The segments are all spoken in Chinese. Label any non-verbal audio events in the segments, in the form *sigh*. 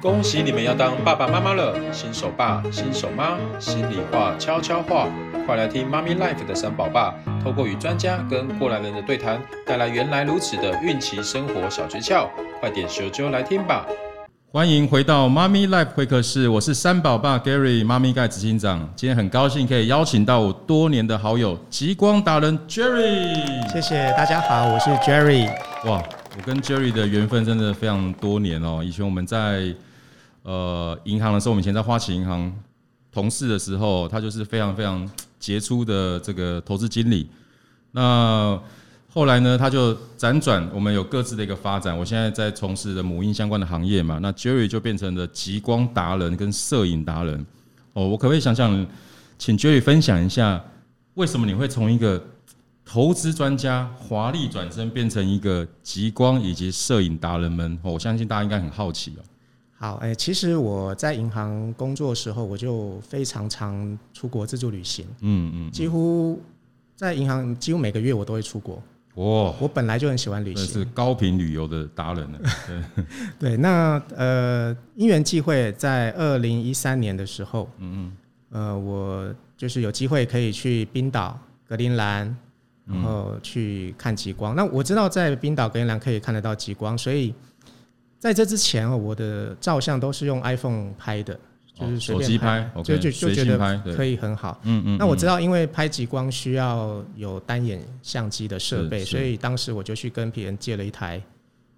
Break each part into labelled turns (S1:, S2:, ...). S1: 恭喜你们要当爸爸妈妈了，新手爸、新手妈，心里话、悄悄话，快来听妈咪 life 的三宝爸，透过与专家跟过来人的对谈，带来原来如此的孕期生活小诀窍，快点咻啾来听吧！欢迎回到妈咪 life 会客室，我是三宝爸 Gary，妈咪盖执行长，今天很高兴可以邀请到我多年的好友极光达人 Jerry。
S2: 谢谢大家好，我是 Jerry。
S1: 哇，我跟 Jerry 的缘分真的非常多年哦。以前我们在呃银行的时候，我们以前在花旗银行同事的时候，他就是非常非常杰出的这个投资经理。那后来呢，他就辗转，我们有各自的一个发展。我现在在从事的母婴相关的行业嘛，那 Jerry 就变成了极光达人跟摄影达人。哦，我可不可以想想，请 Jerry 分享一下，为什么你会从一个投资专家华丽转身变成一个极光以及摄影达人们、哦，我相信大家应该很好奇哦。
S2: 好，哎、其实我在银行工作的时候，我就非常常出国自助旅行，
S1: 嗯嗯，
S2: 几乎在银行几乎每个月我都会出国。
S1: 哇，
S2: 我本来就很喜欢旅
S1: 真的
S2: 行，
S1: 是高频旅游的达人呢。
S2: 对。那呃，因缘际会，在二零一三年的时候，嗯嗯，呃，我就是有机会可以去冰岛、格陵兰，
S1: 嗯
S2: 然后去看极光。那我知道在冰岛、格陵兰可以看得到极光，所以在这之前哦，我的照相都是用 iPhone 拍的， *laughs* 就是
S1: 哦
S2: 随
S1: 手
S2: 便
S1: 机拍
S2: 就
S1: ，OK，
S2: 就就
S1: 随
S2: 觉
S1: 性拍，
S2: 得
S1: 对，
S2: 可以很好。
S1: 嗯嗯，
S2: 那我知道，因为拍极光需要有单眼相机的设备，
S1: 是是
S2: 所以当时我就去跟别人借了一台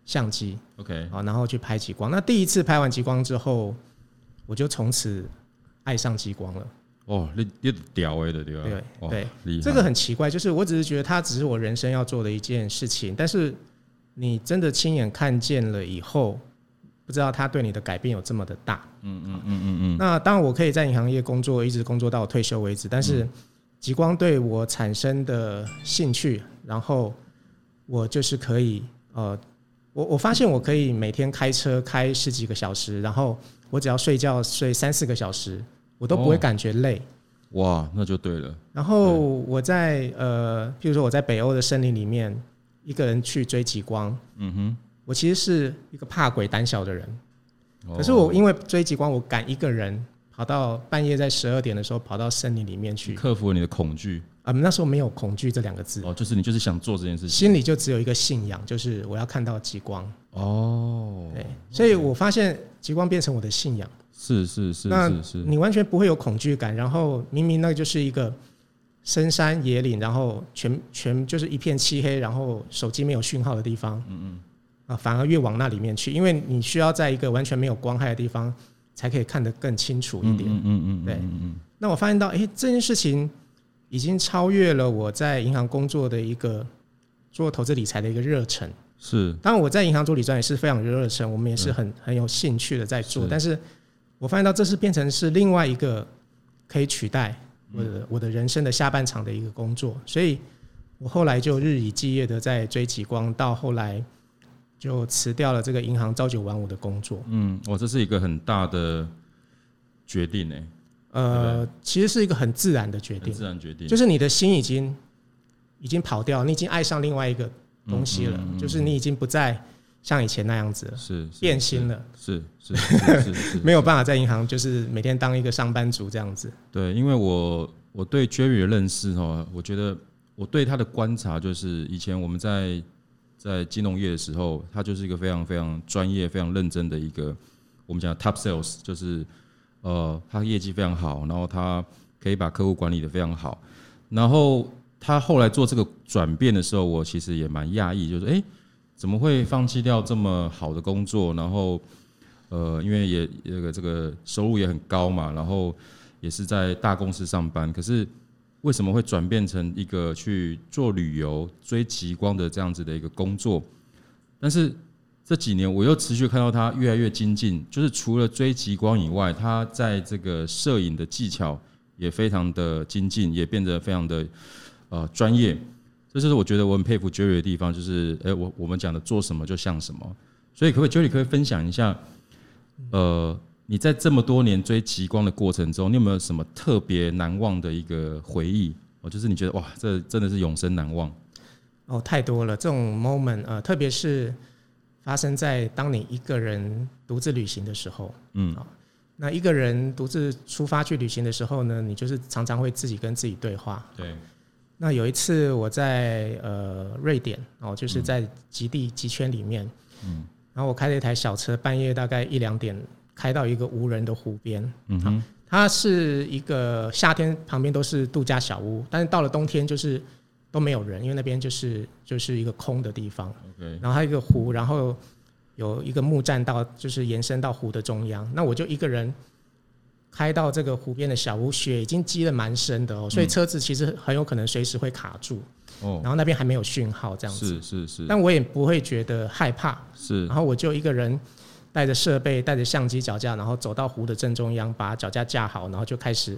S2: 相机，
S1: OK，
S2: 啊，然后去拍极光。那第一次拍完极光之后，我就从此爱上极光了。
S1: 哦，你你屌哎的对吧？
S2: 对
S1: 哇
S2: 对，
S1: 厉害。
S2: 这个很奇怪，就是我只是觉得它只是我人生要做的一件事情，但是你真的亲眼看见了以后，不知道它对你的改变有这么的大。
S1: 嗯嗯嗯嗯嗯，
S2: 那当然，我可以在银行业工作，一直工作到我退休为止。但
S1: 嗯
S2: 是极光对我产生的兴趣，然后我就是可以呃，我我发现我可以每天开车开十几个小时，然后我只要睡觉睡三四个小时，我都不会
S1: 哦
S2: 感觉累。
S1: 哇，那就对了。
S2: 然后我在呃，譬如说我在北欧的森林里面一个人去追极光，
S1: 嗯哼，
S2: 我其实是一个怕鬼胆小的人。
S1: 哦
S2: 可是我因为追极光，我敢一个人跑到半夜，在十二点的时候跑到森林里面去。
S1: 克服了你的恐惧，
S2: 啊、那时候没有恐惧这两个字，
S1: 哦，就是你就是想做这件事情。
S2: 心里就只有一个信仰，就是我要看到极光。
S1: 哦，
S2: 对，所以我发现极光变成我的信仰。
S1: 是是是
S2: 那
S1: 是是，
S2: 你完全不会有恐惧感，然后明明那就是一个深山野岭，然后全全就是一片漆黑，然后手机没有讯号的地方，嗯嗯，啊，反而越往那里面去，因为你需要在一个完全没有光害的地方，才可以看得更清楚一
S1: 嗯
S2: 点。
S1: 嗯嗯嗯，
S2: 对
S1: 嗯嗯
S2: 那我发现到，诶，这件事情已经超越了我在银行工作的一个做投资理财的一个热忱。
S1: 嗯是
S2: 当然，我在银行做理专也是非常有热忱，我们也是很很有兴趣的在做。
S1: 是
S2: 但是我发现到这是变成是另外一个可以取代我的、我的人生的下半场的一个工作，所以我后来就日以继夜的在追极光，到后来就辞掉了这个银行朝九晚五的工作。
S1: 嗯，哇，这是一个很大的决定诶，
S2: 呃，其实是一个很自然的决
S1: 很
S2: 定，
S1: 自然决定，
S2: 就是你的心已经已经跑掉，你已经爱上另外一个东西
S1: 嗯
S2: 了，就是你已经不再像以前那样子了，
S1: 是是
S2: 变心了。
S1: 是是是是是，
S2: 没有办法在银行就是每天当一个上班族这样子。
S1: 对，因为我我对 Jerry 的认识哦，我觉得我对他的观察就是，以前我们在在金融业的时候，他就是一个非常非常专业、非常认真的一个，我们讲 top sales，就是呃，他业绩非常好，然后他可以把客户管理的非常好。然后他后来做这个转变的时候，我其实也蛮讶异，就是哎、诶怎么会放弃掉这么好的工作？然后呃，因为也这个这个收入也很高嘛，然后也是在大公司上班，可是为什么会转变成一个去做旅游、追极光的这样子的一个工作？但是这几年我又持续看到他越来越精进，就是除了追极光以外，他在这个摄影的技巧也非常的精进，也变得非常的呃专业。这就是我觉得我很佩服 Jerry 的地方，就是哎、我我们讲的做什么就像什么。所以可不可以 Jerry 可不可以分享一下，呃，你在这么多年追极光的过程中，你有没有什么特别难忘的一个回忆？哦，就是你觉得哇，这真的是永生难忘。
S2: 哦，太多了这种 moment，呃，特别是发生在当你一个人独自旅行的时候。哦
S1: 嗯
S2: 那一个人独自出发去旅行的时候呢，你就是常常会自己跟自己对话。
S1: 对，
S2: 那有一次我在呃瑞典哦，就是在极地极圈里面，
S1: 嗯
S2: 然后我开了一台小车，半夜大概一两点开到一个无人的湖边，
S1: 嗯哼，
S2: 它是一个夏天旁边都是度假小屋，但是到了冬天就是都没有人，因为那边就是就是一个空的地方。
S1: OK，
S2: 然后还有一个湖，然后有一个木栈道，就是延伸到湖的中央。那我就一个人开到这个湖边的小屋，雪已经积得蛮深的哦，所以车子其实很有可能随时会卡住。
S1: 嗯哦，
S2: 然后那边还没有讯号，这样子，
S1: 是是是
S2: 但我也不会觉得害怕。
S1: 是
S2: 然后我就一个人带着设备，带着相机、脚架，然后走到湖的正中央，把脚架架好，然后就开始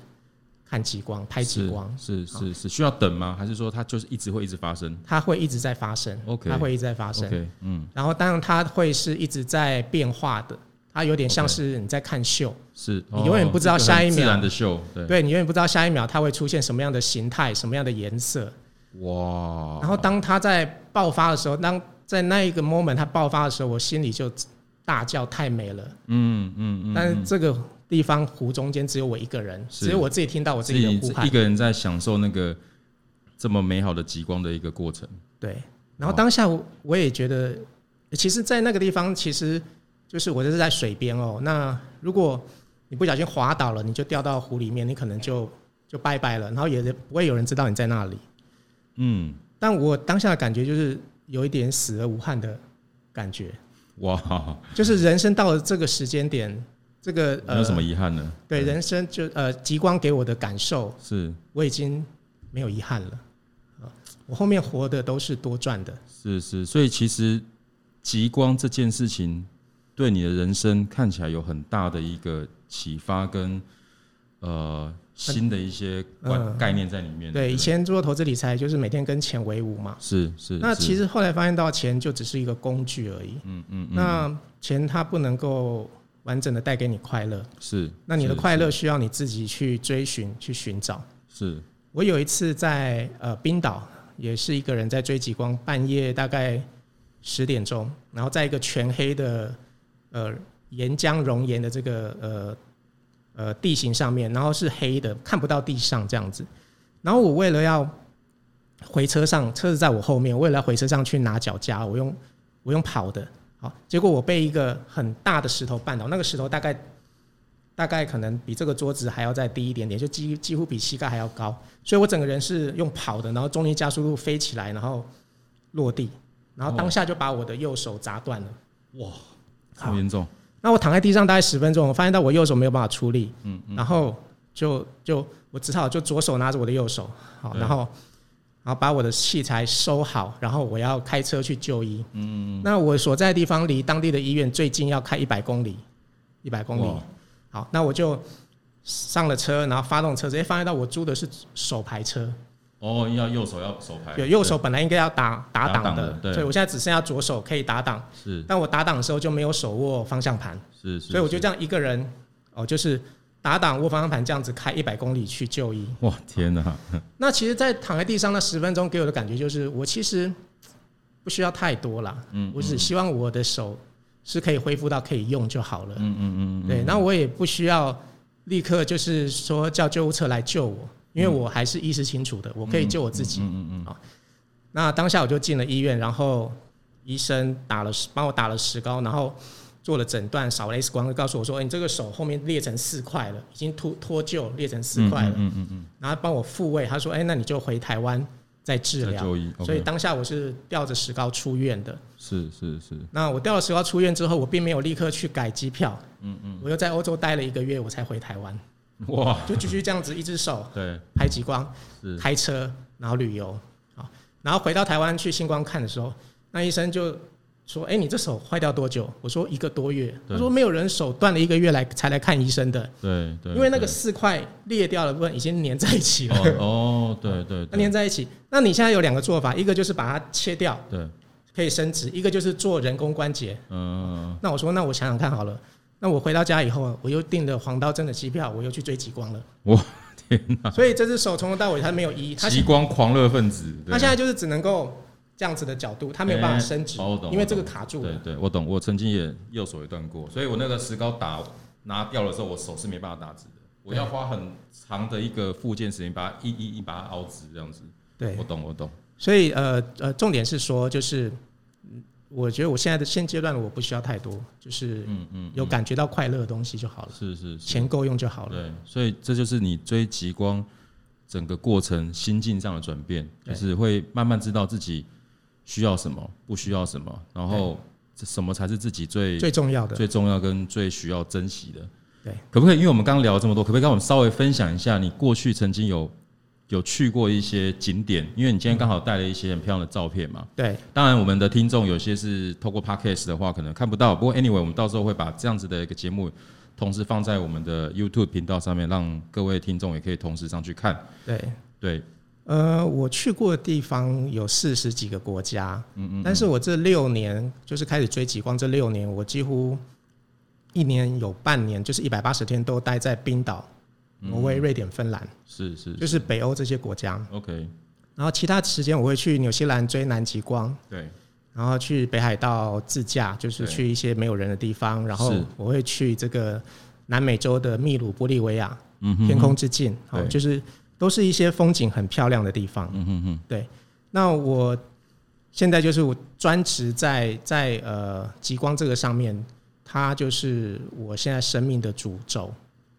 S2: 看极光、拍极
S1: 是
S2: 光。
S1: 是是是需要等吗？还是说它就是一直会一直发生
S2: 它会一直在发生
S1: OK
S2: 它会一直在发生。
S1: ？OK，嗯，
S2: 然后当然它会是一直在变化的，它有点像
S1: OK
S2: 是你在看秀
S1: 是，
S2: 你永远
S1: 哦
S2: 不知道
S1: 这个
S2: 下
S1: 很
S2: 一
S1: 自然
S2: 秒
S1: 的秀，对，
S2: 对你永远不知道下一秒它会出现什么样的形态、什么样的颜色。
S1: 哇，
S2: 然后当它在爆发的时候，当在那一个 moment 它爆发的时候，我心里就大叫太美了。
S1: 嗯嗯嗯，
S2: 但是
S1: 嗯
S2: 这个地方湖中间只有我一个人，
S1: 是
S2: 只有我自己听到我
S1: 自
S2: 自己
S1: 己
S2: 的呼
S1: 一
S2: 喊。
S1: 个人在享受那个这么美好的极光的一个过程，
S2: 对，然
S1: 哦
S2: 后当下我我也觉得，其实，在那个地方，其实就是我这是在水边哦。那如果你不小心滑倒了，你就掉到湖里面，你可能就就拜拜了，然后也不会有人知道你在那里。
S1: 嗯，
S2: 但我当下的感觉就是有一点死而无憾的感觉，
S1: 哇，
S2: 就是人生到了这个时间点，这个
S1: 没
S2: 呃
S1: 有什么嗯遗憾呢？
S2: 对人生就呃极光给我的感受，
S1: 是
S2: 我已经没有遗憾了。啊我后面活的都是多赚的，
S1: 是是，所以其实极光这件事情对你的人生看起来有很大的一个启发跟呃新的一些观、
S2: 嗯
S1: 概念在里面。
S2: 对，
S1: 不
S2: 以前做投资理财就是每天跟钱为伍嘛。
S1: 是是，
S2: 那其
S1: 实
S2: 实后来发现到钱就只是一个工具而已。
S1: 嗯嗯嗯，
S2: 那钱它不能够完整的带给你快乐，
S1: 是
S2: 那你的
S1: 是
S2: 快乐需要你自己去追寻、去寻找。
S1: 是
S2: 我有一次在呃冰岛，也是一个人在追极光，半夜大概十点钟，然后在一个全黑的呃岩浆熔岩的这个呃呃地形上面，然后是黑的，看不到地上这样子。然后我为了要回车上，车子在我后面，我为了要回车上去拿脚架，我用我用跑的，好，结果我被一个很大的石头绊倒，那个石头大概大概可能比这个桌子还要再低一点点，就几几乎比膝盖还要高，所以我整个人是用跑的，然后中间加速度飞起来，然后落地，然后当下就把我的右手砸断了。
S1: 哇，这
S2: 好
S1: 么严重，
S2: 那我躺在地上大概十分钟，我发现到我右手没有办法出力，然后就就我只好就左手拿着我的右手，好，
S1: 对
S2: 然后然后把我的器材收好，然后我要开车去就医。嗯，那我所在的地方离当地的医院最近要开一百公里，一百公里
S1: 哇。
S2: 好，那我就上了车，然后发动车，直接发现到我租的是手排车，
S1: 哦，要右手要手牌，
S2: 有右
S1: 对
S2: 手本来应该要打打
S1: 打
S2: 档
S1: 档的对
S2: 所以我现在只剩下左手可以打档，
S1: 是
S2: 但我打档的时候就没有手握方向盘。
S1: 是是，
S2: 所以我就是这样一个人哦，就是打挡握方向盘这样子开一百公里去就医。
S1: 哇天哪，嗯
S2: 那其实，在躺在地上那十分钟，给我的感觉就是，我其实不需要太多啦，
S1: 嗯
S2: 我只希望我的手是可以恢复到可以用就好了。
S1: 嗯嗯嗯，
S2: 对，那我也不需要立刻就是说叫救护车来救我，因为我还是意识清楚的，我可以救我自己。
S1: 嗯嗯嗯嗯
S2: 那当下我就进了医院，然后医生打了帮我打了石膏，然后做了诊断，扫了 X 光，告诉我说：“哎、你这个手后面裂成四块了，已经脱脱臼，裂成四块了。
S1: 嗯嗯嗯，
S2: 然后帮我复位，他说：“哎、那你就回台湾再治
S1: 在
S2: 疗。
S1: 就医，”
S2: 所以
S1: OK，
S2: 当下我是吊着石膏出院的。
S1: 是是是，
S2: 那我吊了石膏出院之后，我并没有立刻去改机票，嗯嗯，我又在欧洲待了一个月，我才回台湾，
S1: 哇，
S2: 就继续这样子，一只手
S1: 对，
S2: 拍极光，
S1: 是
S2: 开车，然后旅游，啊，然后回到台湾去星光看的时候，那医生就说：“哎、你这手坏掉多久？”我说：“一个多月。”
S1: 对
S2: 他说：“没有人手断了一个月来才来看医生的，
S1: 对对，
S2: 因为那
S1: 对
S2: 个四块裂掉的部分已经粘在一起了， *laughs*
S1: 哦哦，对对
S2: 它
S1: 对
S2: 粘在一起。嗯那你现在有两个做法，一个就是把它切掉，
S1: 对，
S2: 可以伸直；一个就是做人工关节。
S1: 嗯，
S2: 那我说：“那我想想看好了。”那我回到家以后，我又订了黄刀针的机票，我又去追极
S1: *laughs*
S2: 光了。
S1: 哇天哪，
S2: 所以这只手从头到尾它没有医，它
S1: 极光狂热分子，
S2: 他
S1: 对啊
S2: 现在就是只能够这样子的角度，它没有办法伸直，
S1: 哎哦我懂
S2: 因为这个
S1: 我懂
S2: 卡住
S1: 对
S2: 了。
S1: 对，我懂，我曾经也右手也断过，所以我那个石膏打拿掉的时候，我手是没办法打直的，我要花很长的一个复健时间把它一一一把它凹直这样子。
S2: 对
S1: 我，懂，我懂。
S2: 所以呃呃，重点是说，就是嗯我觉得我现在的现阶段我不需要太多，就是
S1: 嗯嗯，
S2: 有感觉到快乐的东西就好了，
S1: 是是是，
S2: 钱够用就好了。
S1: 对，所以这就是你追极光整个过程心境上的转变，就
S2: 对
S1: 是会慢慢知道自己需要什么，不需要什么，然后这什么才是自己最
S2: 最重要的，
S1: 最重要跟最需要珍惜的。
S2: 对，
S1: 可不可以？因为我们刚刚聊了这么多，可不可以跟我们稍微分享一下你过去曾经有有去过一些景点？因为你今天刚好带了一些很漂亮的照片嘛。
S2: 对
S1: 当然，我们的听众有些是透过 podcast 的话，可能看不到。不过 anyway，我们到时候会把这样子的一个节目，同时放在我们的 YouTube 频道上面，让各位听众也可以同时上去看。
S2: 对。
S1: 对，
S2: 呃，我去过的地方有四十几个国家，嗯嗯但是我这六年就是开始追极光，这六年我几乎一年有半年，就是一百八十天都待在冰岛、
S1: 嗯
S2: 挪威、瑞典、芬兰，
S1: 是是
S2: 就是北欧这些国家。
S1: ，OK，
S2: 然后其他时间我会去纽西兰追南极光，
S1: 对，
S2: 然后去北海道自驾，就是
S1: 对
S2: 去一些没有人的地方，然后
S1: 是
S2: 我会去这个南美洲的秘鲁、玻利维亚、
S1: 嗯
S2: 天，空之境，哦
S1: 对，
S2: 就是都是一些风景很漂亮的地方。
S1: 嗯哼哼，
S2: 那我现在就是我专职在在呃极光这个上面，它就是我现在生命的主轴，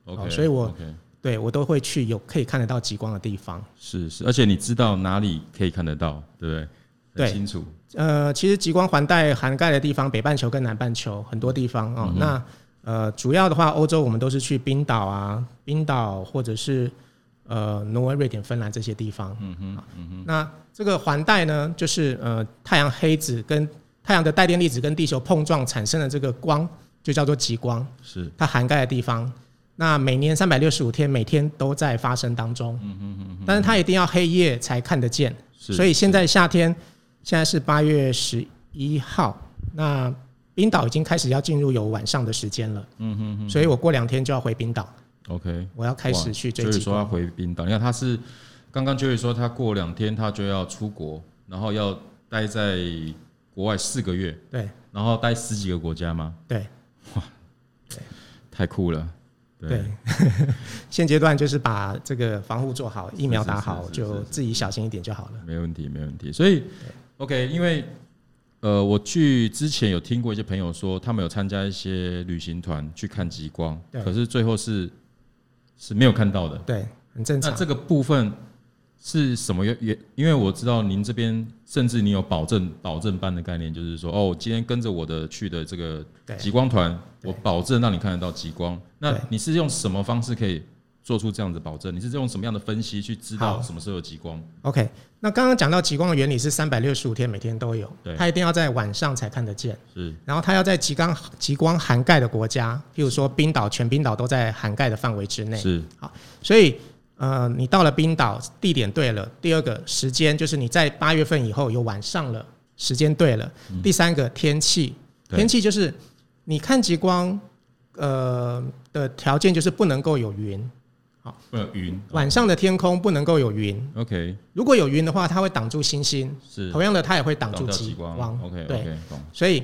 S1: ，OK，
S2: 好所以我
S1: OK
S2: 对我都会去有可以看得到极光的地方。
S1: 是是，而且你知道哪里可以看得到，对不对？
S2: 对
S1: 很清楚，
S2: 呃，其实极光环带涵盖的地方，北半球跟南半球很多地方哦。那呃，主要的话，欧洲我们都是去冰岛啊，冰岛或者是呃挪威、瑞典、芬兰这些地方。嗯哼，嗯哼。那这个环带呢，就是呃太阳黑子跟太阳的带电粒子跟地球碰撞产生的这个光，就叫做极光，
S1: 是，
S2: 它涵盖的地方。那每年三百六十五天，每天都在发生当中。嗯嗯嗯。但是它一定要黑夜才看得见。
S1: 是
S2: 所以现在夏天，现在是八月十一号，那冰岛已经开始要进入有晚上的时间了。嗯哼所以我过两天就要回冰岛，
S1: OK，
S2: 我要开始去追
S1: 就是
S2: 极
S1: 说要
S2: 光。
S1: 回冰岛，你看他是刚刚就是说他过两天他就要出国，然后要待在国外四个月，
S2: 对
S1: 然后待十几个国家吗？
S2: 对
S1: 太酷了，
S2: 对， *laughs* 现阶段就是把这个防护做好，疫苗打好，
S1: 是是是是
S2: 就自己小心一点就好了。
S1: 没问题，没问题。所以，OK，因为呃，我去之前有听过一些朋友说，他们有参加一些旅行团去看极光，
S2: 对
S1: 可是最后是是没有看到的。
S2: 对，很正
S1: 那
S2: 常。
S1: 这个部分是什么原原？因为我知道您这边甚至你有保证保证班的概念，就是说，哦，我今天跟着我的去的这个
S2: 对
S1: 极光团，
S2: 对
S1: 我保证让你看得到极光。那
S2: 对
S1: 你是用什么方式可以做出这样的保证？你是用什么样的分析去知道
S2: 好
S1: 什么时候有极光？
S2: OK，那刚刚讲到极光的原理是三百六十五天每天都有
S1: 对，
S2: 它一定要在晚上才看得见。
S1: 是
S2: 然后它要在极光极光涵盖的国家，譬如说冰岛，全冰岛都在涵盖的范围之内。
S1: 是
S2: 所以呃，你到了冰岛，地点对了；第二个时间就是你在八月份以后有晚上了，时间对了；第三个天气，
S1: 嗯对
S2: 天气就是你看极光，呃的条件就是不能够有云，
S1: 呃云
S2: 晚上的天空不能够有云。
S1: ，OK
S2: 如果有云的话，它会挡住星星，
S1: 是
S2: 同样的它也会挡住
S1: 到
S2: 极
S1: 光
S2: 光。
S1: ，OK
S2: 对
S1: OK 懂
S2: 所以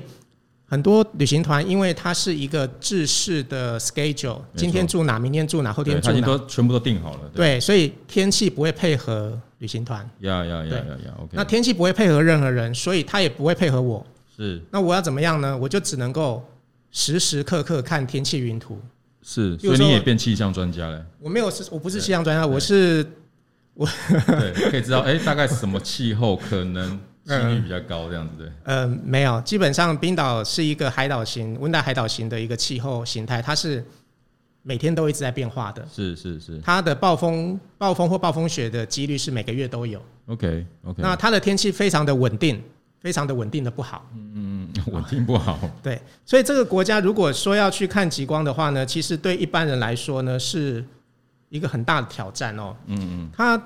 S2: 很多旅行团，因为它是一个制式的 schedule，
S1: 错
S2: 今天住哪，明天住哪，后
S1: 对，
S2: 天
S1: 他
S2: 住
S1: 已经
S2: 哪，
S1: 都全部都定好了，，
S2: 对，所以天气不会配合旅行团，
S1: 呀呀呀
S2: 对
S1: 呀呀，OK，
S2: 那天气不会配合任何人，所以他也不会配合我。
S1: 是
S2: 那我要怎么样呢？我就只能够时时刻刻看天气云图。
S1: 是，
S2: 比
S1: 所
S2: 如
S1: 以你
S2: 说
S1: 也变气象专家了。
S2: 我没有是，我不是
S1: 对
S2: 气象专家，
S1: 对
S2: 我是
S1: 对，可以知道哎、大概什么气候可
S2: *laughs*
S1: 能几
S2: 嗯
S1: 率比较高，这样子对。
S2: 呃没有。基本上冰岛是一个海岛型温带海岛型的一个气候形态，它是每天都一直在变化的。
S1: 是是是
S2: 它的暴风、暴风或暴风雪的几率是每个月都有。
S1: ，OK OK。
S2: 那它的天气非常的稳定，非常的稳定的不好。
S1: 嗯，我听不好。 *laughs*
S2: 对，所以这个国家如果说要去看极光的话呢，其实对一般人来说呢是一个很大的挑战哦。
S1: 嗯嗯，
S2: 它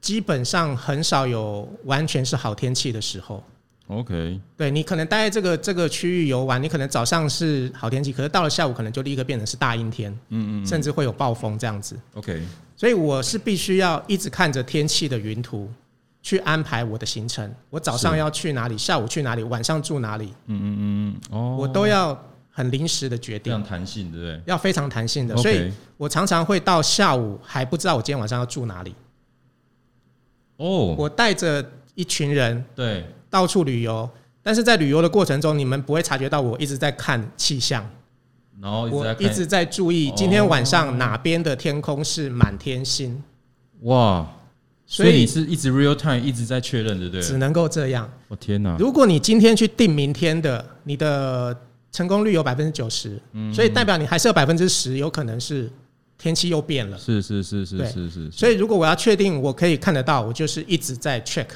S2: 基本上很少有完全是好天气的时候。
S1: OK
S2: 对你可能待在这个这个区域游玩，你可能早上是好天气，可是到了下午可能就立刻变成是大阴天，嗯嗯甚至会有暴风这样子。
S1: OK，
S2: 所以我是必须要一直看着天气的云图，去安排我的行程，我早上要去哪里，下午去哪里，晚上住哪里，
S1: 嗯嗯嗯，哦，
S2: 我都要很临时的决
S1: 这
S2: 定
S1: 样，弹性，对不对？
S2: 要非常弹性的。
S1: OK
S2: 所以我常常会到下午还不知道我今天晚上要住哪里，
S1: 哦，
S2: 我带着一群人
S1: 对，
S2: 到处旅游。但是在旅游的过程中，你们不会察觉到我一直在看气象，
S1: 然哦后一直
S2: 我
S1: 在
S2: 一
S1: 看，哦
S2: 直在注意今天晚上哪边的天空是满天星，
S1: 哇，所
S2: 所
S1: 以你
S2: 以
S1: 是一直 real time 一直在确认，对不
S2: 只
S1: 对？
S2: 能够这样。
S1: 我天哪，
S2: 如果你今天去定明天的，你的成功率有百分之九十，
S1: 嗯
S2: 所以代表你还是有百分之十有可能是天气又变了。
S1: 是是是是
S2: 对
S1: 是是，
S2: 所以如果我要确定我可以看得到，我就是一直在 check。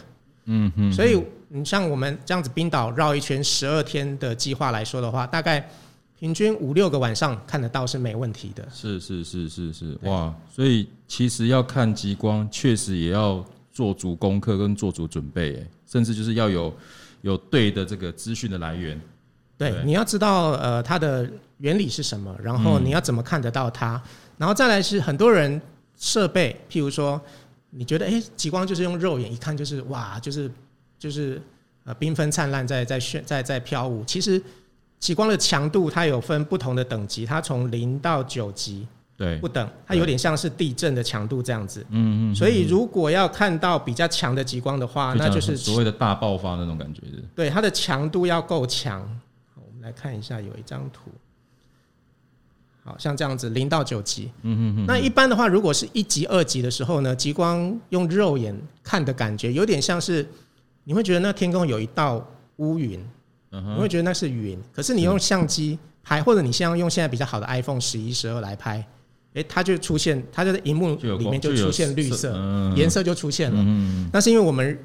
S1: 嗯嗯，
S2: 所以你像我们这样子冰岛绕一圈十二天的计划来说的话，大概平均五六个晚上看得到是没问题的。
S1: 是是是是是，
S2: 对
S1: 哇！所以其实要看极光，确实也要做足功课跟做足准备，哎甚至就是要有有对的这个资讯的来源。
S2: 对，
S1: 对
S2: 你要知道呃它的原理是什么，然后
S1: 嗯
S2: 你要怎么看得到它，然后再来是很多人设备，譬如说你觉得诶极光就是用肉眼一看就是哇就是就是呃缤纷灿烂在在炫在在飘舞，其实极光的强度它有分不同的等级，它从零到九级
S1: 对，
S2: 不等，它
S1: 对
S2: 有点像是地震的强度这样子。
S1: 嗯嗯，
S2: 所以如果要看到比较强的极光的话，啊那
S1: 像
S2: 就是
S1: 所谓的大爆发那种感觉是
S2: 对，它的强度要够强。好我们来看一下，有一张图，好像这样子，零到九级。嗯嗯嗯。那一般的话，如果是一级、二级的时候呢，极光用肉眼看的感觉，有点像是你会觉得那天空有一道乌云，
S1: 嗯
S2: 你会觉得那是云。可是你用相机拍，或者你像用现在比较好的 iPhone 十一、十二来拍，诶，它就出现，它就在荧幕
S1: 就有
S2: 里
S1: 光
S2: 面就
S1: 有
S2: 出现绿色，
S1: 嗯
S2: 颜色就出现了。那是因为我们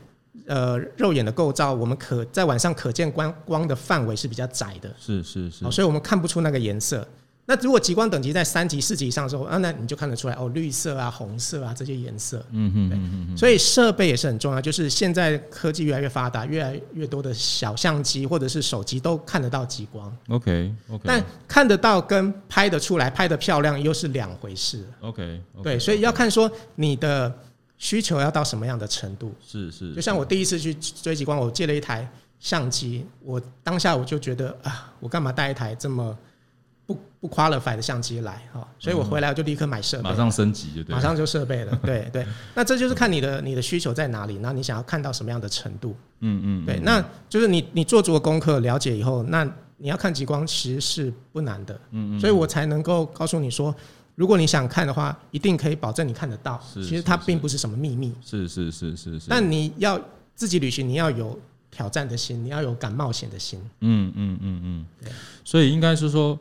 S2: 呃肉眼的构造，我们可在晚上可见光光的范围是比较窄的，
S1: 是是是
S2: 好，，所以我们看不出那个颜色。那如果极光等级在三级、四级以上的时候，啊，那你就看得出来哦，绿色啊、红色啊这些颜色。
S1: 嗯嗯嗯
S2: 所以设备也是很重要，就是现在科技越来越发达，越来越多的小相机或者是手机都看得到极光，
S1: 嗯，OK OK，
S2: 但看得到跟拍得出来、拍得漂亮又是两回事。
S1: OK
S2: 对，所以要看说你的需求要到什么样的程度。
S1: 是是，
S2: 就像我第一次去追极光，我借了一台相机，我当下我就觉得啊，我干嘛带一台这么不不 qualify 的相机来哈、所以我回来我就立刻买设备，
S1: 马上升级就对
S2: 嗯马
S1: 了，
S2: 上就设备了。对 *laughs* 对，那这就是看你的你的需求在哪里，然后你想要看到什么样的程度。
S1: 嗯嗯，
S2: 对，那就是你你做足了功课了解以后，那你要看极光其实是不难的，嗯嗯，所以我才能够告诉你说。如果你想看的话，一定可以保证你看得到。
S1: 是
S2: 其实
S1: 是
S2: 它
S1: 是
S2: 并不是什么秘密，
S1: 是是是是是，
S2: 但你要自己旅行，你要有挑战的心，你要有敢冒险的心。
S1: 嗯嗯嗯嗯，所以应该是说，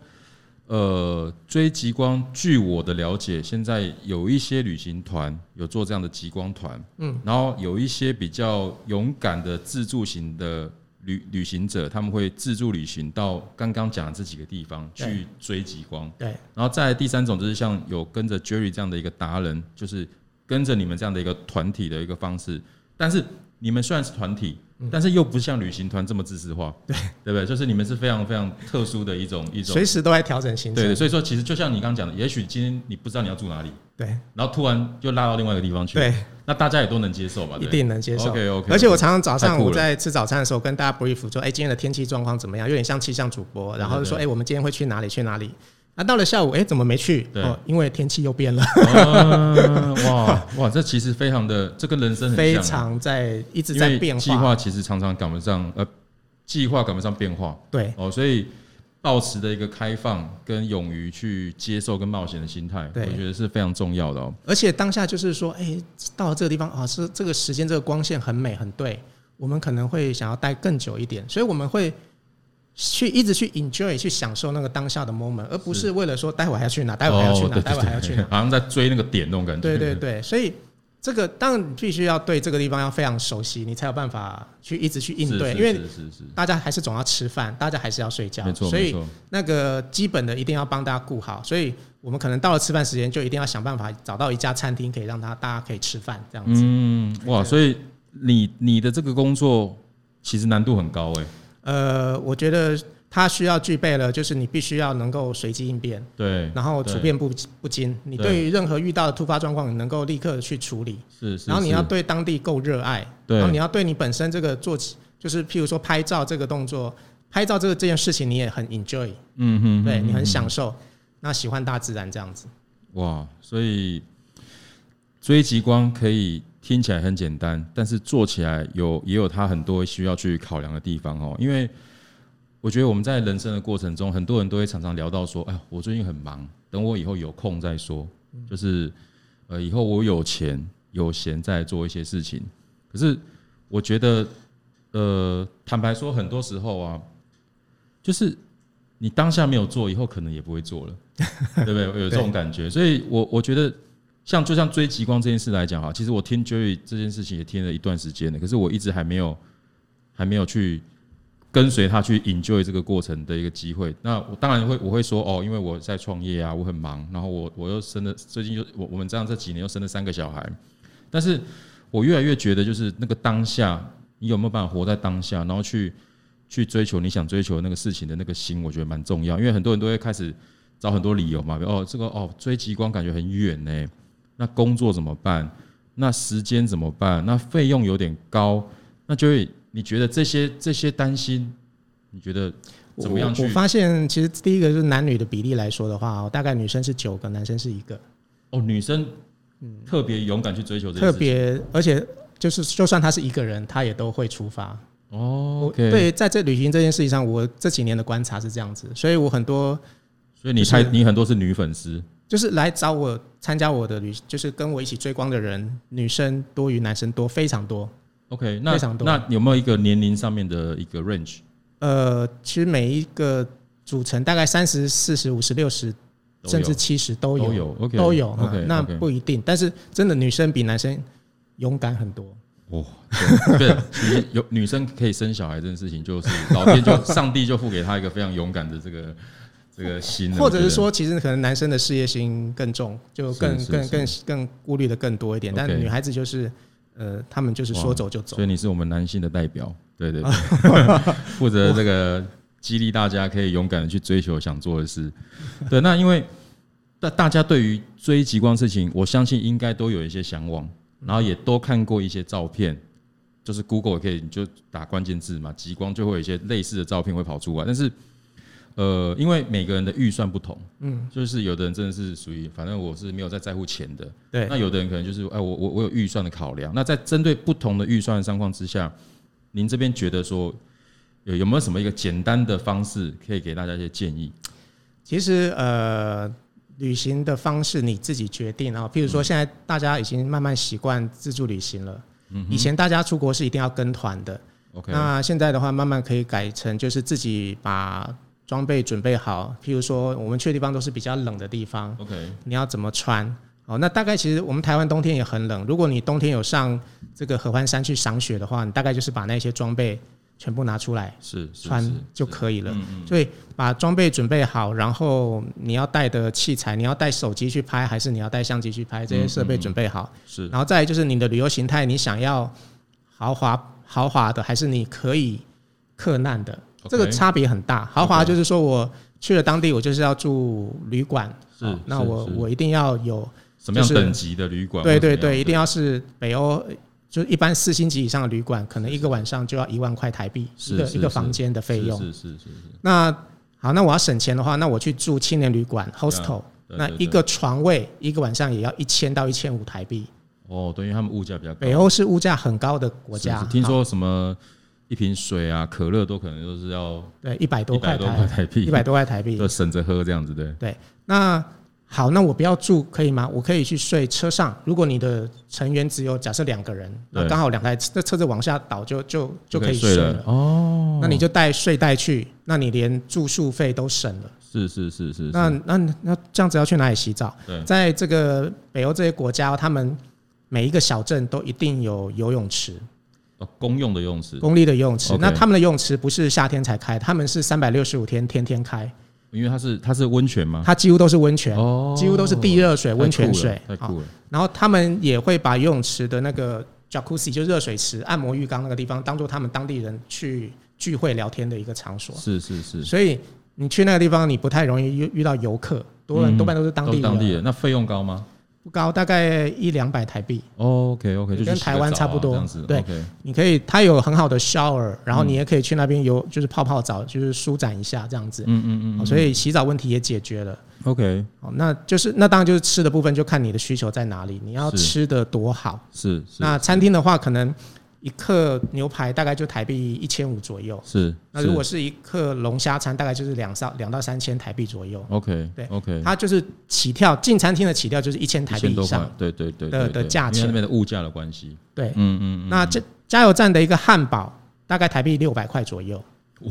S1: 呃，追极光，据我的了解，现在有一些旅行团有做这样的极光团，嗯，然后有一些比较勇敢的自助型的旅旅行者，他们会自助旅行到刚刚讲的这几个地方
S2: 对
S1: 去追极光，
S2: 对
S1: 然后再来第三种就是像有跟着 Jerry 这样的一个达人，就是跟着你们这样的一个团体的一个方式。但是你们虽然是团体，
S2: 嗯
S1: 但是又不像旅行团这么自私化，对对不对？就是你们是非常非常特殊的一种一种
S2: 随。时都在调整行
S1: 对
S2: 程。
S1: 所以说其实就像你刚刚讲的，也许今天你不知道你要住哪里，
S2: 对
S1: 然后突然就拉到另外一个地方去，
S2: 对，
S1: 那大家也都能接受吧？
S2: 一
S1: 对不对
S2: 定能接受。
S1: OK，OK，OK
S2: 而且我常常早
S1: 太
S2: 上
S1: 酷了
S2: 我在吃早餐的时候跟大家 brief 说，哎、今天的天气状况怎么样？有点像气象主播，然后就
S1: 对
S2: 说，
S1: 对
S2: 哎、我们今天会去哪里？去哪里？那、到了下午，哎、怎么没去？
S1: 对，
S2: 因为天气又变了，
S1: 哦哇 *laughs* 哇，这其实非常的，这跟人生很像
S2: *laughs* 非
S1: 啊
S2: 常在一直
S1: 因
S2: 在
S1: 为
S2: 变
S1: 计
S2: 化。
S1: 划其实常常赶不上，呃，计划赶不上变化，
S2: 对
S1: 哦，所以保持的一个开放跟勇于去接受跟冒险的心态，
S2: 对
S1: 我觉得是非常重要的哦。
S2: 而且当下就是说，哎、到了这个地方啊，是这个时间这个光线很美很对，我们可能会想要待更久一点，所以我们会去一直去 enjoy 去享受那个当下的 moment，而不是为了说待会还要去哪，待会还要去
S1: 哦
S2: 哪，
S1: 对对
S2: 待会还要去
S1: 对
S2: 哪，
S1: *laughs* 好像在追那个点那种感觉。
S2: 对对对，所以这个当然你必须要对这个地方要非常熟悉，你才有办法去一
S1: *laughs*
S2: 直去应
S1: 是
S2: 对，
S1: 是
S2: 因为
S1: 是是是，
S2: 大家还是总要吃饭，大家还是要睡觉
S1: 没，错
S2: 所
S1: 没
S2: 以
S1: 错，
S2: 那个基本的一定要帮大家顾好，所以我们可能到了吃饭时间，就一定要想办法找到一家餐厅，可以让他大家可以吃饭这样子。
S1: 嗯，哇，所以你你的这个工作其实难度很高哎，
S2: 呃，我觉得它需要具备了，就是你必须要能够随机应变，
S1: 对，
S2: 然后处变不不惊。你对于任何遇到的突发状况，你能够立刻去处理。
S1: 是是，
S2: 然后你要
S1: 是
S2: 对当地够热爱，
S1: 对
S2: 然后你要对你本身这个做起，就是譬如说拍照这个动作，拍照这个这件事情你也很 enjoy，
S1: 嗯哼，
S2: 对
S1: 嗯
S2: 你很
S1: 哼
S2: 享受，那喜欢大自然这样子。
S1: 哇，所以追极光可以听起来很简单，但是做起来有也有它很多需要去考量的地方哦。因为我觉得我们在人生的过程中，很多人都会常常聊到说：“哎，我最近很忙，等我以后有空再说。”就是呃，以后我有钱有闲再做一些事情。可是我觉得，呃，坦白说，很多时候啊，就是你当下没有做，以后可能也不会做了，对不对？我有这种感觉，所以我我觉得，像就像追极光这件事来讲哈，啊其实我听 Jerry 这件事情也听了一段时间了，可是我一直还没有还没有去跟随他去 enjoy 这个过程的一个机会。那我当然会我会说哦，因为我在创业啊，我很忙，然后我我又生了最近又我我们这样这几年又生了三个小孩，但是我越来越觉得就是那个当下，你有没有办法活在当下，然后去。去追求你想追求的那个事情的那个心，我觉得蛮重要，因为很多人都会开始找很多理由嘛，比如哦，这个哦追极光感觉很远呢，那工作怎么办？那时间怎么办？那费用有点高，那就会你觉得这些这些担心，你觉得怎么样
S2: 我？
S1: 去
S2: 我？发现其实第一个是男女的比例来说的话，哦大概女生是九个，男生是一个，
S1: 哦，女生特别勇敢去追求这件
S2: 嗯特
S1: 事情
S2: 别而且就是就算他是一个人，他也都会出发。
S1: 哦
S2: 我
S1: ，OK，，
S2: 对，在这旅行这件事情上，我这几年的观察是这样子，所以我很多
S1: 所以你
S2: 就是
S1: 太你很多是女粉丝，
S2: 就是来找我参加我的旅，就是跟我一起追光的人，女生多于男生多，非常多。
S1: OK，那
S2: 非常多
S1: 那有没有一个年龄上面的一个 range？
S2: 呃，其实每一个组成大概三十四十五十六十
S1: 都有
S2: 甚至七十都有
S1: 都有，OK，
S2: 都有啊
S1: OK，
S2: 那
S1: OK
S2: 不一定，但是真的女生比男生勇敢很多。
S1: 哦，对， *laughs* 对其实有女生可以生小孩这件事情，就是老天就上帝就付给她一个非常勇敢的这个这个心了，
S2: 或者
S1: 我觉
S2: 是
S1: 得
S2: 说，其实可能男生的事业心更重，就更
S1: 是是
S2: 更
S1: 是
S2: 更更顾虑的更多一点。但
S1: OK
S2: 女孩子就是，呃，她们就是说走就走
S1: 所。以你是我们男性的代表，对对对，负责这个激励大家可以勇敢的去追求想做的事。对，那因为大大家对于追极光事情，我相信应该都有一些向往，然后也都看过一些照片，就是 Google 也可以你就打关键字嘛，极光就会有一些类似的照片会跑出来，但是。呃，因为每个人的预算不同，嗯，就是有的人真的是属于，反正我是没有在在乎钱的，
S2: 对
S1: 那有的人可能就是，哎，我我我有预算的考量。那在针对不同的预算的状况之下，您这边觉得说有有没有什么一个简单的方式可以给大家一些建议？
S2: 其实呃，旅行的方式你自己决定啊。譬如说，
S1: 嗯
S2: 现在大家已经慢慢习惯自助旅行了。
S1: 嗯
S2: 以前大家出国是一定要跟团的，
S1: OK，
S2: 那现在的话，慢慢可以改成就是自己把装备准备好。譬如说，我们去的地方都是比较冷的地方，
S1: OK，
S2: 你要怎么穿？哦，那大概其实我们台湾冬天也很冷，如果你冬天有上这个合欢山去赏雪的话，你大概就是把那些装备全部拿出来
S1: 是是嗯
S2: 穿
S1: 是
S2: 就可以了。所以把装备准备好，然后你要带的器材，你要带手机去拍，还是你要带相机去
S1: 嗯
S2: 拍，这些设备准备好。
S1: 是
S2: 然后再来就是你的旅游形态，你想要豪华豪华的，还是你可以克难的
S1: OK
S2: 这个差别很大。豪华
S1: OK
S2: 就是说我去了当地，我就是要住旅馆，
S1: 是
S2: 好那
S1: 是
S2: 我
S1: 是
S2: 我一定要有，
S1: 什么样
S2: 就是
S1: 等级的旅馆或
S2: 对
S1: 者怎么
S2: 对
S1: 样？
S2: 对，一定要是北欧，就一般四星级以上的旅馆，可能一个晚上就要一万块台币
S1: 是
S2: 一个
S1: 是
S2: 一个
S1: 是
S2: 房间的费
S1: 是
S2: 用。
S1: 是是是是，
S2: 那好，那我要省钱的话，那我去住青年旅馆 hostel，
S1: 对啊
S2: 那
S1: 对对
S2: 一个床位一个晚上也要一千到一千五台币。
S1: 哦，对，因为他们物价比较高，
S2: 北欧是物价很高的国
S1: 是
S2: 家，
S1: 是听说什么一瓶水啊、可乐都可能都是要
S2: 对，一百多
S1: 一
S2: 块
S1: 百多块
S2: 台，
S1: 台币，
S2: 一百多块台币
S1: 就。省着喝这样子，对，
S2: 那好，那我不要住可以吗？我可以去睡车上。如果你的成员只有假设两个人，那
S1: 对
S2: 刚好两台那车子往下倒就就就可以
S1: 睡
S2: 睡
S1: 了。
S2: 了。
S1: 哦，
S2: 那你就带睡袋去，那你连住宿费都省了。
S1: 是是是是，
S2: 那
S1: 是
S2: 那那这样子要去哪里洗澡？
S1: 对
S2: 在这个北欧这些国家，他们每一个小镇都一定有游泳池，
S1: 哦公用的游泳池，
S2: 公立的游泳池。
S1: OK
S2: 那他们的游泳池不是夏天才开，他们是三百六十五天天天开，
S1: 因为它是它是温泉吗？
S2: 它几乎都是温泉。
S1: 哦
S2: 几乎都是地热水、温泉水
S1: 太
S2: 啊。
S1: 酷了，
S2: 然后他们也会把游泳池的那个 jacuzzi 就热水池、按摩浴缸那个地方，当做他们当地人去聚会聊天的一个场所，
S1: 是是是，
S2: 所以你去那个地方，你不太容易遇遇到游客，多人
S1: 嗯
S2: 多半都是当
S1: 都
S2: 地
S1: 是当地
S2: 人，
S1: 人，那费用高吗
S2: 不高，大概一两百台币。
S1: ？OK OK，就
S2: 跟
S1: 去洗个
S2: 台湾
S1: 澡啊
S2: 差不多
S1: 这样子，
S2: 对
S1: OK，
S2: 你可以，它有很好的 shower，然后你也可以去那边游，就是泡泡澡，就是舒展一下这样子。
S1: 嗯嗯
S2: 哦
S1: 嗯
S2: 所以洗澡问题也解决了。
S1: ，OK，
S2: 哦，那就是那当然就是吃的部分，就看你的需求在哪里，你要
S1: 是
S2: 吃的多好。
S1: 是是
S2: 那餐厅的话，可能一克牛排大概就台币一千五左右。
S1: 是，
S2: 那
S1: 是
S2: 如果是一克龙虾餐，大概就是两到两到三千台币左右。
S1: OK
S2: 对
S1: OK，
S2: 它就是起跳进餐厅的起跳就是一千台币
S1: 1000
S2: 以
S1: 多
S2: 上
S1: 块。，对对对
S2: 的
S1: 对
S2: 的
S1: 对
S2: 价
S1: 因为那
S2: 钱
S1: 边的物价的关系，
S2: 对，
S1: 嗯嗯，嗯
S2: 那这加油站的一个汉堡大概台币六百块左右。
S1: 哦
S2: 哇！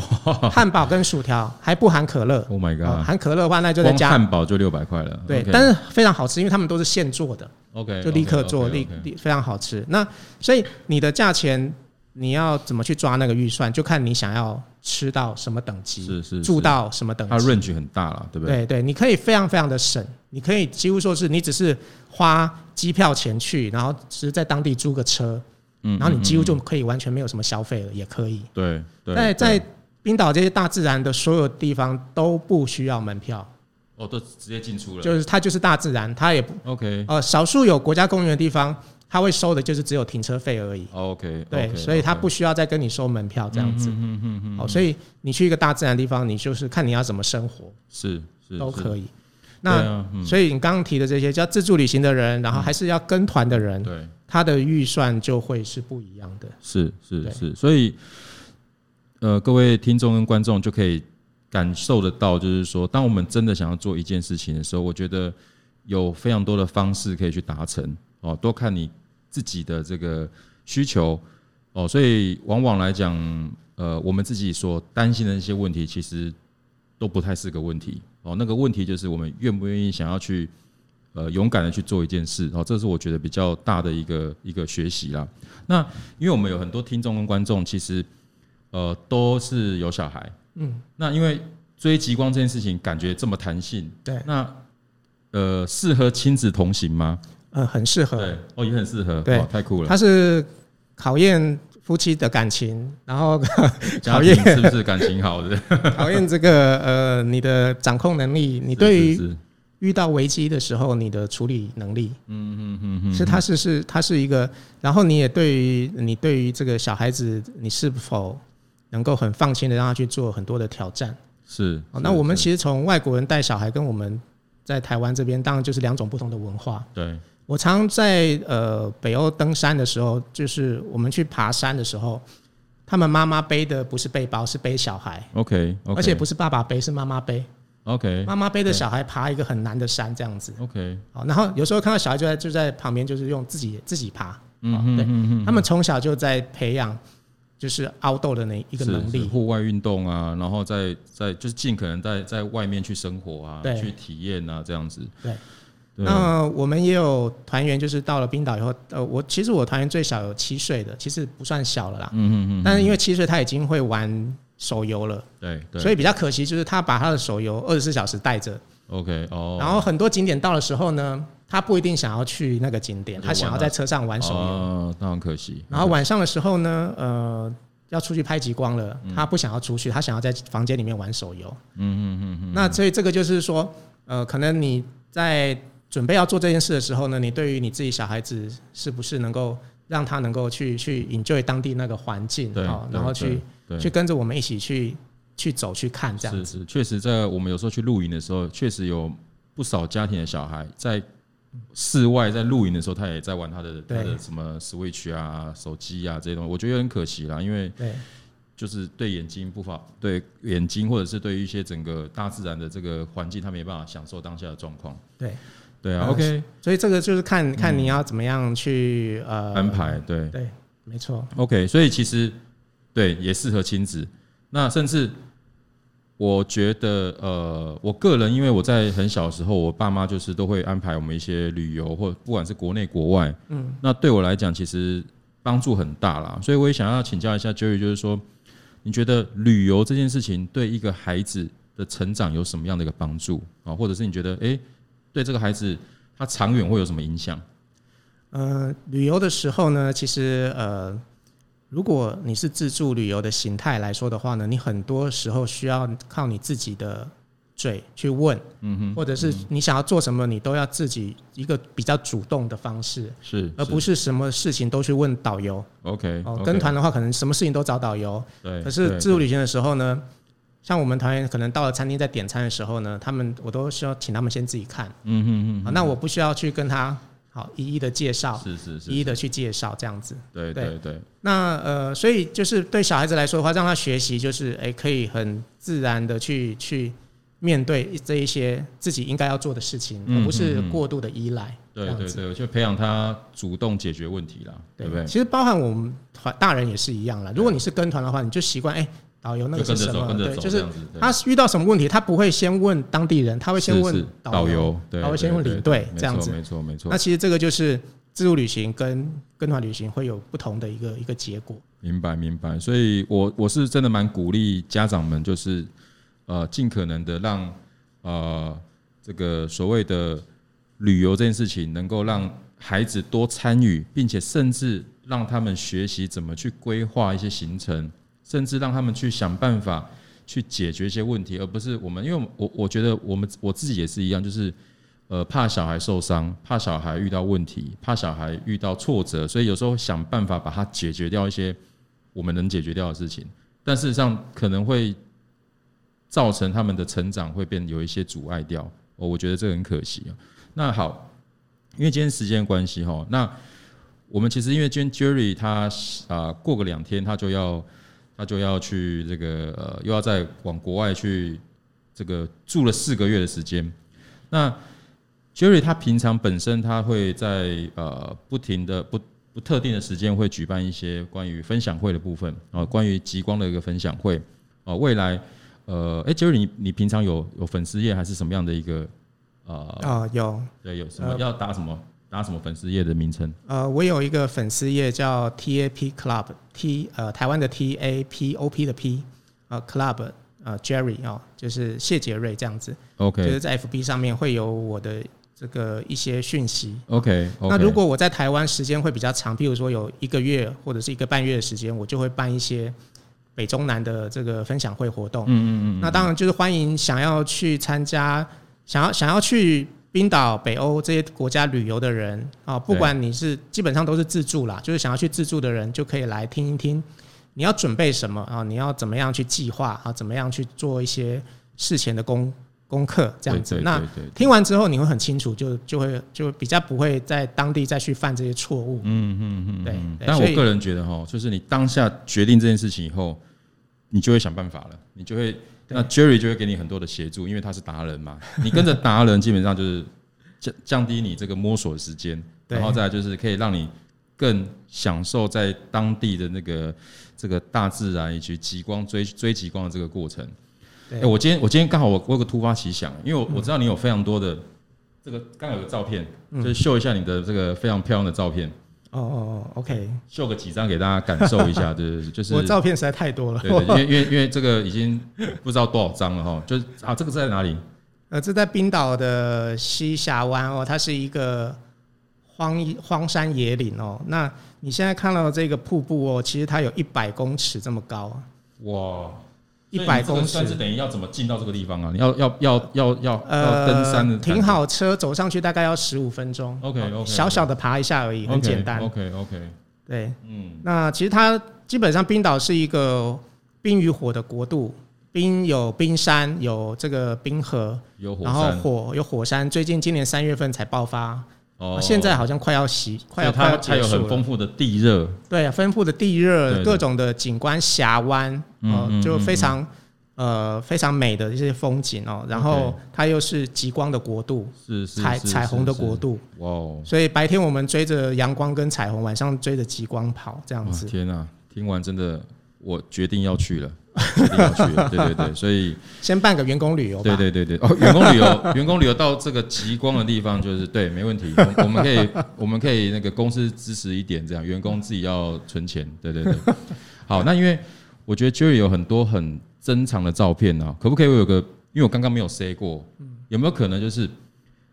S2: 汉堡跟薯条还不含可乐，
S1: Oh my
S2: 啊
S1: God，
S2: 含可乐的话那就再
S1: 光
S2: 加。
S1: 汉堡就六百块了，
S2: 对，但是非常好吃，因为他们都是现做的。
S1: OK
S2: 就立刻做，立立非常好吃。那所以你的价钱你要怎么去抓那个预算，就看你想要吃到什么等级，
S1: 是是
S2: 住
S1: 是
S2: 到什么等
S1: 它
S2: 级。
S1: range 很大了，对不对？
S2: 对对，你可以非常非常的省，你可以几乎说是你只是花机票钱去，然后只是在当地租个车，
S1: 嗯，
S2: 然后你
S1: 嗯
S2: 几乎就可以完全没有什么消费了，也可以。
S1: 对对，对
S2: 在在冰岛这些大自然的所有地方都不需要门票，
S1: 哦都直接进出了，
S2: 就是它就是大自然，它也不
S1: OK
S2: 呃少数有国家公园的地方，它会收的就是只有停车费而已。
S1: OK，
S2: 对所以他不需要再跟你收门票这样子。
S1: 嗯嗯嗯，
S2: 哦，所以你去一个大自然的地方，你就是看你要怎么生活
S1: 是是
S2: 都
S1: 以。
S2: 可以。
S1: 对
S2: 那、
S1: 啊嗯
S2: 所以你刚刚提的这些叫自助旅行的人，然后还是要跟团的人，
S1: 对
S2: 他的预算就会是不一样的。
S1: 是是
S2: 对
S1: 是，所以呃，各位听众跟观众就可以感受得到，就是说，当我们真的想要做一件事情的时候，我觉得有非常多的方式可以去达成哦，多看你自己的这个需求哦，所以往往来讲，呃，我们自己所担心的一些问题，其实都不太是个问题哦。那个问题就是我们愿不愿意想要去呃勇敢的去做一件事哦，这是我觉得比较大的一个一个学习啦。那因为我们有很多听众跟观众，其实呃都是有小孩，嗯，那因为追极光这件事情感觉这么弹性，
S2: 对，
S1: 那呃适合亲子同行吗？
S2: 呃，很适合。
S1: 对，哦也很适合，
S2: 对
S1: 哇太酷了。
S2: 它是考验夫妻的感情，然后 *laughs*
S1: 家
S2: 考
S1: 庭
S2: 验
S1: 是不是感情好的？
S2: 考验这个呃你的掌控能力，你
S1: 你
S2: 对于
S1: 是是
S2: 遇到危机的时候，你的处理能力，
S1: 嗯嗯嗯嗯，
S2: 是它是是它是一个，然后你也对于你对于这个小孩子，你是否能够很放心的让他去做很多的挑战？
S1: 是
S2: 哦，那我们
S1: 是
S2: 其实从外国人带小孩跟我们在台湾这边，当然就是两种不同的文化。
S1: 对
S2: 我常在呃北欧登山的时候，就是我们去爬山的时候，他们妈妈背的不是背包，是背小孩。
S1: OK OK，
S2: 而且不是爸爸背，是妈妈背。
S1: OK
S2: 妈妈背着小孩爬一个很难的山，这样子。
S1: OK，
S2: 哦，然后有时候看到小孩就在就在旁边，就是用自己自己爬。
S1: 嗯
S2: 哦
S1: 哼
S2: 对
S1: 嗯哼
S2: 他们从小就在培养就是凹斗的那一个
S1: 是
S2: 能
S1: 是
S2: 力。
S1: 户外运动啊，然后在在就是尽可能在在外面去生活啊，
S2: 对
S1: 去体验啊，这样子。
S2: 对
S1: 对，
S2: 那我们也有团员，就是到了冰岛以后，呃，我其实我团员最小有七岁的，其实不算小了啦。
S1: 嗯嗯嗯，
S2: 但是因为七岁他已经会玩手游了，
S1: 对对，
S2: 所
S1: 以
S2: 以比较可惜就是他把他的手游二十四小时带着，
S1: OK 哦，
S2: 然后很多景点到的时候呢，他不一定想要去那个景点，
S1: 就
S2: 他想要
S1: 玩啊
S2: 在车上玩手游。
S1: 哦，那很可惜。
S2: 然后晚上的时候呢，呃，要出去拍极光了，
S1: 嗯
S2: 他不想要出去，他想要在房间里面玩手游。嗯嗯嗯嗯。那所以这个就是说，呃，可能你在准备要做这件事的时候呢，你对于你自己小孩子是不是能够让他能够去去 enjoy 当地那个环境
S1: 对
S2: 哦，
S1: 对
S2: 然后
S1: 对
S2: 去
S1: 对
S2: 去跟着我们一起去去走去看这样
S1: 是
S2: 子。
S1: 是，确实在我们有时候去露营的时候，确实有不少家庭的小孩在室外在露营的时候，他也在玩他的他
S2: 对
S1: 的什么 Switch 啊、手机啊这些东西，我觉得有点可惜啦，因为
S2: 对
S1: 就是对眼睛不法，对眼睛或者是对于一些整个大自然的这个环境，他没办法享受当下的状况。
S2: 对，
S1: 对啊
S2: 嗯
S1: ，OK，
S2: 所以这个就是看看你要怎么样去呃
S1: 嗯安。排对
S2: 对，没错。
S1: OK，所以其实对也适合亲子。那甚至我觉得，呃，我个人因为我在很小的时候，我爸妈就是都会安排我们一些旅游，或不管是国内国外，嗯，那对我来讲其实帮助很大啦。所以我也想要请教一下 Jerry，就是说，你觉得旅游这件事情对一个孩子的成长有什么样的一个帮助啊？或者是你觉得，诶，对这个孩子他长远会有什么影响？
S2: 呃，旅游的时候呢，其实呃，如果你是自助旅游的形态来说的话呢，你很多时候需要靠你自己的嘴去问，
S1: 嗯哼，
S2: 或者是你想要做什么，你都要自己一个比较主动的方式，
S1: 是，
S2: 而不是什么事情都去问导游。
S1: OK
S2: 哦，
S1: OK，
S2: 跟团的话，可能什么事情都找导游。
S1: 对，
S2: 可是
S1: 对
S2: 自助旅行的时候呢，像我们团员可能到了餐厅在点餐的时候呢，他们我都需要请他们先自己看。
S1: 嗯哼嗯
S2: 啊，那我不需要去跟他好一一的介绍
S1: 哼，，是是是，
S2: 一一的去介绍这样子。
S1: 对
S2: 对
S1: 对对，
S2: 那呃，所以就是对小孩子来说的话，让他学习就是哎、可以很自然的去去面对这一些自己应该要做的事情，
S1: 嗯
S2: 而不是
S1: 嗯嗯
S2: 过度的依赖。这
S1: 对
S2: 样
S1: 对
S2: 子。
S1: 对，就培养他主动解决问题啦，对不对？
S2: 其实包含我们团大人也是一样啦。如果你是跟团的话，你就习惯哎，导游那
S1: 就
S2: 个
S1: 跟
S2: 是
S1: 着
S2: 什
S1: 走，
S2: 么？
S1: 跟着
S2: 对，
S1: 走，
S2: 就
S1: 这
S2: 是
S1: 样子。对
S2: 他遇到什么问题，他不会先问当地人，他会先
S1: 是
S2: 问
S1: 是导
S2: 游。
S1: 游，对，
S2: 导游
S1: 对
S2: 先问
S1: 对
S2: 领
S1: 对
S2: 队
S1: 没
S2: 这样
S1: 错
S2: 子
S1: 没错没错
S2: 那，其实这个就是自助旅行跟跟团旅行会有不同的一个一个结果。
S1: 明白明白。所以我我是真的蛮鼓励家长们，就是呃，尽可能的让呃这个所谓的旅游这件事情，能够让孩子多参与，并且甚至让他们学习怎么去规划一些行程，甚至让他们去想办法去解决一些问题，而不是我们，因为我我觉得我们我自己也是一样，就是呃怕小孩受伤，怕小孩遇到问题，怕小孩遇到挫折，所以有时候想办法把它解决掉一些我们能解决掉的事情，但事实上可能会造成他们的成长会变有一些阻碍掉，哦，我觉得这很可惜啊。那好，因为今天时间的关系哈，那我们其实因为今天 Jerry 他啊、过个两天他就要他就要去这个呃又要再往国外去这个住了四个月的时间。那 Jerry 他平常本身他会在呃不停的不不特定的时间会举办一些关于分享会的部分啊、呃关于极光的一个分享会啊、呃未来呃哎、Jerry 你你平常有有粉丝页还是什么样的一个呃
S2: 啊、有
S1: 对，有什么要打什么打什么粉丝页的名称？
S2: 呃，我有一个粉丝页叫 TAP Club T 呃台湾的 TAPOP 的 P 呃 Club 呃 Jerry 哦，就是谢杰瑞这样子就
S1: OK
S2: 是在 FB 上面会有我的这个一些讯息。
S1: OK OK。
S2: 那如果我在台湾时间会比较长，譬如说有一个月或者是一个半月的时间，我就会办一些北中南的这个分享会活动。嗯嗯嗯。那当然就是欢迎想要去参加、想要想要去冰岛、北欧这些国家旅游的人啊，不
S1: 对
S2: 管你是基本上都是自助啦，就是想要去自助的人就可以来听一听，你要准备什么啊？你要怎么样去计划啊？怎么样去做一些事前的功功课这样子？
S1: 对对
S2: 那
S1: 对对
S2: 听完之后你会很清楚，就就会就比较不会在当地再去犯这些错误。嗯嗯嗯，
S1: 嗯
S2: 对。
S1: 但
S2: 所
S1: 我
S2: 以
S1: 个人觉得哈，就是你当下决定这件事情以后，你就会想办法了，你就会那 Jerry 就会给你很多的协助，因为他是达人
S2: *laughs*
S1: 嘛。你跟着达人，基本上就是降降低你这个摸索的时间，
S2: 对
S1: 然后再来就是可以让你更享受在当地的那个这个大自然以及极光追追极光的这个过程。哎、
S2: 对哦
S1: 我今天我今天刚好我我有个突发奇想，因为我我知道你有非常多的这个刚好有个照片，
S2: 嗯
S1: 就是秀一下你的这个非常漂亮的照片。
S2: 哦哦哦，OK，
S1: 秀个几张给大家感受一
S2: *laughs*
S1: 下，对对对，就是
S2: 我照片实在太多了。
S1: 对对，因为因为因为这个已经不知道多少张了哈，就是啊，这个在哪里？
S2: 呃，这在冰岛的西峡湾哦，它是一个荒荒山野岭哦。那你现在看到这个瀑布哦，其实它有一百公尺这么高啊，
S1: 哇，
S2: 一百
S1: 所以你这个
S2: 公尺
S1: 算是等于要怎么进到这个地方啊？你要要要要要要
S2: 呃，
S1: 哦登山的感觉，
S2: 停好车走上去大概要十五分钟。
S1: OK，OK，OK
S2: 小小的爬一下而已，很简单。
S1: OK OK，
S2: 对，
S1: 嗯，
S2: 那其实它基本上冰岛是一个冰与火的国度，冰有冰山，有这个冰河，
S1: 有火
S2: 然后
S1: 山，
S2: 火有火山。最近今年三月份才爆发，
S1: 哦
S2: 现在好像快要熄，
S1: 所
S2: 快要
S1: 以
S2: 快要
S1: 它它
S2: 结
S1: 有
S2: 束
S1: 很
S2: 了
S1: 丰。富的地热，
S2: 对，丰富的地
S1: 对
S2: 热，
S1: 对
S2: 各种的景观峡湾，哦
S1: 嗯嗯，嗯
S2: 就非常呃非常美的这些风景哦。然后
S1: OK
S2: 它又是极光的国度，
S1: 是是
S2: 彩
S1: 是
S2: 彩虹的国，度，
S1: 是是哇哦，
S2: 所以白天我们追着阳光跟彩虹，晚上追着极光跑，这样
S1: 哇
S2: 子。
S1: 天啊，听完真的我决定要去了，决定要去了，对对对，所以。
S2: 先办个员工旅游吧。
S1: 对对对对，哦，员工旅
S2: *laughs*
S1: 游，员工旅游到这个极光的地方，就是对，没问题，我我们可以， *laughs* 我们可以那个公司支持一点，这样员工自己要存钱，对对
S2: *laughs*
S1: 对。好，那因为我觉得 Jerry 有很多很珍藏的照片啊，可不可以我有个，因为我刚刚没有 say 过，有没有可能就是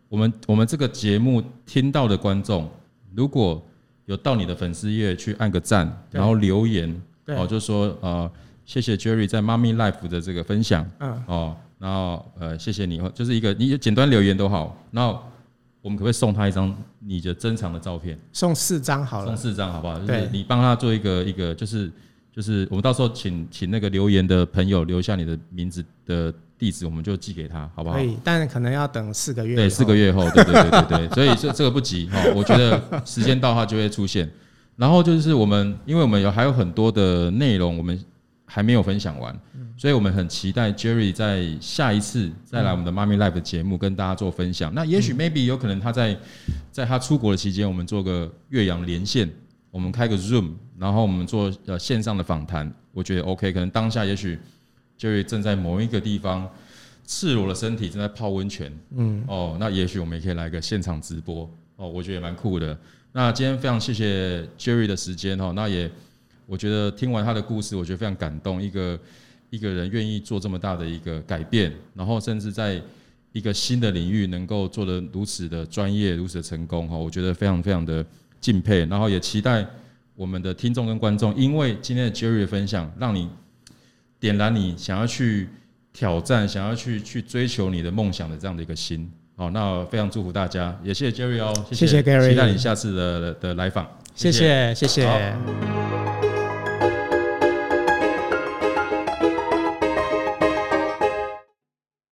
S1: 我们我们这个节目听到的观众，如果有到你的粉丝页去按个赞，
S2: 对
S1: 然后留言
S2: 对
S1: 哦，就说呃谢谢 Jerry 在 Mommy Life 的这个分享
S2: 嗯，
S1: 哦，然后呃谢谢你，就是一个你简单留言都好。那我们可不可以送他一张你的珍藏的照片？
S2: 送四张好
S1: 送
S2: 了，
S1: 四张好不好？就是
S2: 对
S1: 你帮他做一个一个，就是就是我们到时候请请那个留言的朋友留下你的名字的地址，我们就寄给他，好不好
S2: 可？以，但可能要等四个月以哦后。
S1: 对，四个月后，对对对对对，所以这这个不急哈、我觉得时间到它就会出现。然后就是我们，因为我们有还有很多的内容，我们还没有分享完，
S2: 嗯
S1: 所以我们很期待 Jerry 在下一次再
S2: 嗯
S1: 来我们的 Mommy Life 的节目跟大家做分享。那也许 maybe 有可能他在在他出国的期间，我们做个岳阳连线，我们开个 Zoom，然后我们做呃线上的访谈，我觉得 OK。可能当下也许 Jerry 正在某一个地方赤裸的身体正在泡温泉，嗯，哦，那也许我们也可以来个现场直播，哦，我觉得也蛮酷的。那今天非常谢谢 Jerry 的时间哦，那也我觉得听完他的故事，我觉得非常感动，一个一个人愿意做这么大的一个改变，然后甚至在一个新的领域能够做的如此的专业，如此的成功哈、哦，我觉得非常非常的敬佩，然后也期待我们的听众跟观众，因为今天的 Jerry 的分享，让你点燃你想要去挑战、想要去去追求你的梦想的这样的一个心。好，那非常祝福大家，也谢谢 Jerry 哦，
S2: 谢谢 Gary
S1: 期待你下次的的的来访，
S2: 谢谢谢谢。
S1: 好